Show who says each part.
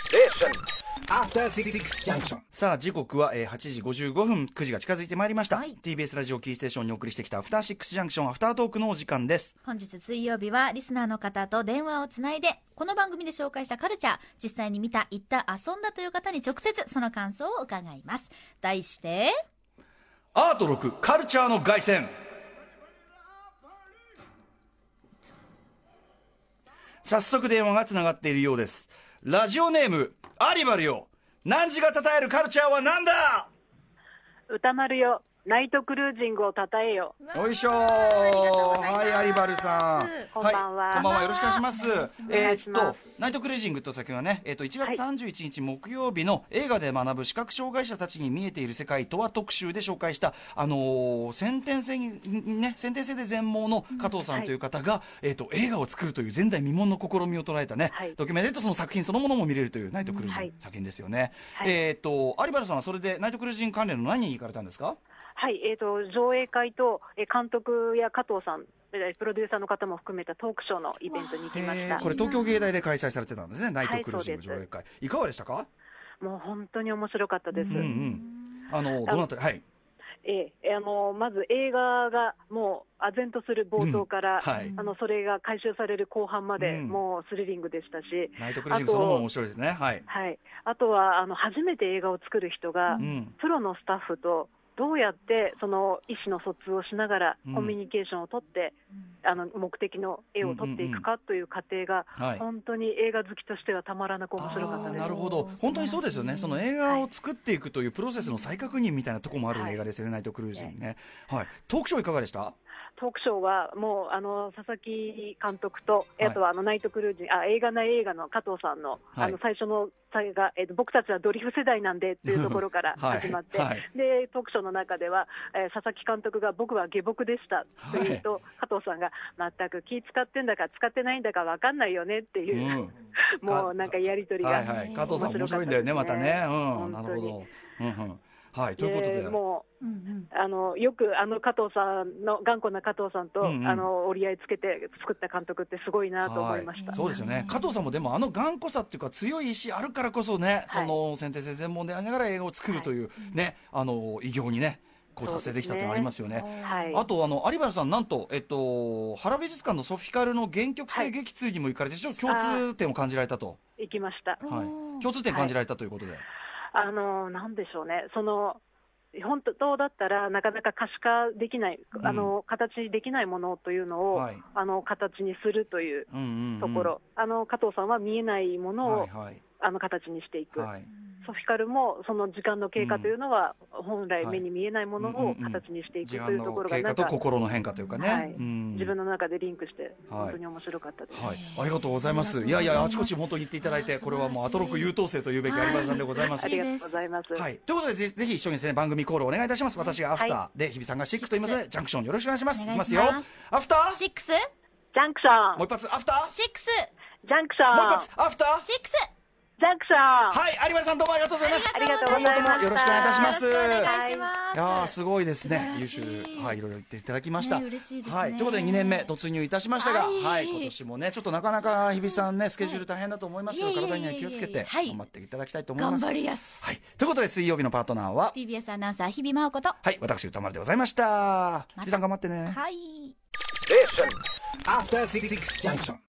Speaker 1: Station.
Speaker 2: After Six Junction.
Speaker 3: さあ時刻は、えー8時55分9時が近づいてまいりました、
Speaker 4: はい
Speaker 3: TBS ラジオキーステーションにお送りしてきた「アフターシックスジャンクションアフタートーク」のお時間です
Speaker 4: 本日水曜日はリスナーの方と電話をつないでこの番組で紹介したカルチャー実際に見た行った遊んだという方に直接その感想を伺います題して
Speaker 3: アート6カルチャーの凱旋早速電話がつながっているようですラジオネームアニマルよ汝が称えるカルチャーは何だ
Speaker 5: 歌丸よナイトクルージングをたたえよ
Speaker 3: よいしょーはいアリバルさん
Speaker 5: こんばんは
Speaker 3: こんばんはよろしくお願いしますえ
Speaker 5: 願い
Speaker 3: ー
Speaker 5: し
Speaker 3: っ
Speaker 5: ます
Speaker 3: とナイトクルージングと先はねえーっと1月31日木曜日の映画で学ぶ視覚障害者たちに見えている世界とは特集で紹介したあのー先天性にね先天性で全盲の加藤さんという方がえーっと映画を作るという前代未聞の試みを捉えたね
Speaker 5: はい
Speaker 3: ドキュメントその作品そのものも見れるというナイトクルージ
Speaker 5: は
Speaker 3: ング
Speaker 5: い
Speaker 3: 作品ですよね
Speaker 5: はい
Speaker 3: えーっとアリバルさんはそれでナイトクルージング関連の何に行かれたんですか
Speaker 5: はい、えー、と上映会と、えー監督や加藤さん、えープロデューサーの方も含めたトークショーのイベントに行きまし
Speaker 3: へ
Speaker 5: た
Speaker 3: ーこれ東京芸大で開催されてたんですね、ナイトクルージング上映会、いかがでしたか、
Speaker 5: もう本当に面白かったです、
Speaker 3: うんうん、あのどなたはい、
Speaker 5: えーえーあのまず映画がもう唖然とする冒頭から、
Speaker 3: うんはい
Speaker 5: あのそれが回収される後半まで、
Speaker 3: うん
Speaker 5: もうスリリングでしたし、
Speaker 3: ナイトクルージングそのもの面白いですね、はい、
Speaker 5: はい、あとはあの初めて映画を作る人が、
Speaker 3: うん、
Speaker 5: プロのスタッフとどうやってその意思の疎通をしながら
Speaker 3: うん
Speaker 5: コミュニケーションを取って、あの目的の絵を取っていくかという過程が、
Speaker 3: はい。
Speaker 5: 本当に映画好きとしてはたまらなく面白かった
Speaker 3: あー
Speaker 5: です
Speaker 3: な。るほど本当にそうですよね、その映画を作っていくというプロセスの再確認みたいなとこもある
Speaker 5: はい
Speaker 3: 映画ですよね、ナイトクルージングね、はい、トークショーいかがでした
Speaker 5: トークショーはもうあの佐々木監督と、
Speaker 3: はい
Speaker 5: あとはあのナイトクルージングあ映画ない映画の加藤さんの、
Speaker 3: はい
Speaker 5: あの最初の最後が、えっと僕たちはドリフ世代なんでっていうところから
Speaker 3: はい
Speaker 5: 始まって、
Speaker 3: はい
Speaker 5: でトークショーの中では、えー佐々木監督が僕は下僕でしたと言うと、加藤さんが全く気使ってんだか使ってないんだかわかんないよねっていう、 もうなんかやり取りが、
Speaker 3: はいはい、加藤さん、面白いんだよね、ま
Speaker 5: 面
Speaker 3: た
Speaker 5: 白かったです
Speaker 3: ね、うん、
Speaker 5: 本
Speaker 3: な
Speaker 5: 当に
Speaker 3: るほど。うんうんはい、ということで、
Speaker 5: でもう
Speaker 4: うんうん
Speaker 5: あのよくあの加藤さんの頑固な加藤さんと、
Speaker 3: うんうん
Speaker 5: あの折り合いつけて作った監督ってすごいなと思いました。
Speaker 3: そうですよね加藤さんもでもあの頑固さっていうか強い意志あるからこそね、その先天性専門でありながら映画を作るという、ねあの偉業にねこう達成できたっていうのがありますよね。
Speaker 5: はい。
Speaker 3: あとあの有原さん、なんと、えっと、原美術館のソフィカルの原曲
Speaker 5: は
Speaker 3: 性
Speaker 5: い
Speaker 3: 劇通にも行かれて、ちょっと共通点を感じられたと、
Speaker 5: 行きました。
Speaker 4: ー
Speaker 3: はい、共通点感じられたということで、
Speaker 5: あのなんでしょうね。その本当だったらなかなか可視化できない、
Speaker 3: ん
Speaker 5: あの形できないものというのを、
Speaker 3: はい
Speaker 5: あの形にするという
Speaker 3: うんうんうん
Speaker 5: ところ、あの加藤さんは見えないものを、
Speaker 3: はいはい
Speaker 5: あの形にしていく。
Speaker 3: はい、
Speaker 5: ソフィカルもその時間の経過というのは、本来目に見えないもの
Speaker 3: はいうん
Speaker 5: を
Speaker 3: うんうん
Speaker 5: 形にしていく
Speaker 3: 時
Speaker 5: と
Speaker 3: 間
Speaker 5: いうとこ
Speaker 3: の
Speaker 5: ろが
Speaker 3: 経
Speaker 5: な
Speaker 3: 過
Speaker 5: ん
Speaker 3: と
Speaker 5: か
Speaker 3: 心の変化というかね、
Speaker 5: はい
Speaker 3: うん
Speaker 5: 自分の中でリンクして、
Speaker 3: はい
Speaker 5: 本当に面白かったです。
Speaker 3: はい、ありがとうございます。いやいや、あちこち本当に言っていただいて、
Speaker 4: あー
Speaker 3: これはもうアトロック優等生というべき
Speaker 4: 素晴
Speaker 3: 有馬
Speaker 4: らしい
Speaker 3: さんでございます
Speaker 5: あ
Speaker 4: は。
Speaker 5: りがとうございます。
Speaker 3: はい、ということでぜ、ぜひ一緒にですね、番組コールをお願いいたします。私がアフター、
Speaker 5: は
Speaker 3: で、日比さんがシックスと言いますので、ジャンクションよろしくお願いします。
Speaker 4: お
Speaker 3: い
Speaker 4: 願
Speaker 3: き
Speaker 4: いし
Speaker 3: ま
Speaker 4: ますす
Speaker 3: よ。アフタ
Speaker 4: シ
Speaker 3: ー
Speaker 4: ックス
Speaker 5: ジャンクショ
Speaker 3: もう
Speaker 5: ン、
Speaker 3: 一発アフター
Speaker 4: シックス
Speaker 5: ジャンクショ
Speaker 3: もう一
Speaker 5: ン、
Speaker 3: 発アフター
Speaker 4: シックス
Speaker 5: ジャンクション。
Speaker 3: はい、有馬さんどうもありがとうございます。
Speaker 5: ありがとうございました
Speaker 3: 今後ともよろしくお願いいたします。
Speaker 4: よろしくお願いしま
Speaker 3: い
Speaker 4: す
Speaker 3: やーすごいですね優
Speaker 4: 素晴らしい
Speaker 3: 秀はいいろいろ言っていただきました、
Speaker 4: ね嬉しいですね
Speaker 3: はいということで2年目突入いたしましたが
Speaker 4: はい
Speaker 3: はい今年もねちょっとなかなか日比さんねスケジュール大変だと思いますけど、
Speaker 4: はい
Speaker 3: 体には気をつけ
Speaker 4: いえいえいえいえ
Speaker 3: て
Speaker 4: はい
Speaker 3: 頑張っていただきたいと思いま
Speaker 4: 頑
Speaker 3: す、
Speaker 4: 張りやす
Speaker 3: はいということで水曜日のパートナーは
Speaker 4: TBS アナウンサー日比真央子と
Speaker 3: はい私歌丸でございました日比さん頑張ってね
Speaker 4: はい
Speaker 1: Station.
Speaker 2: After Six Junction.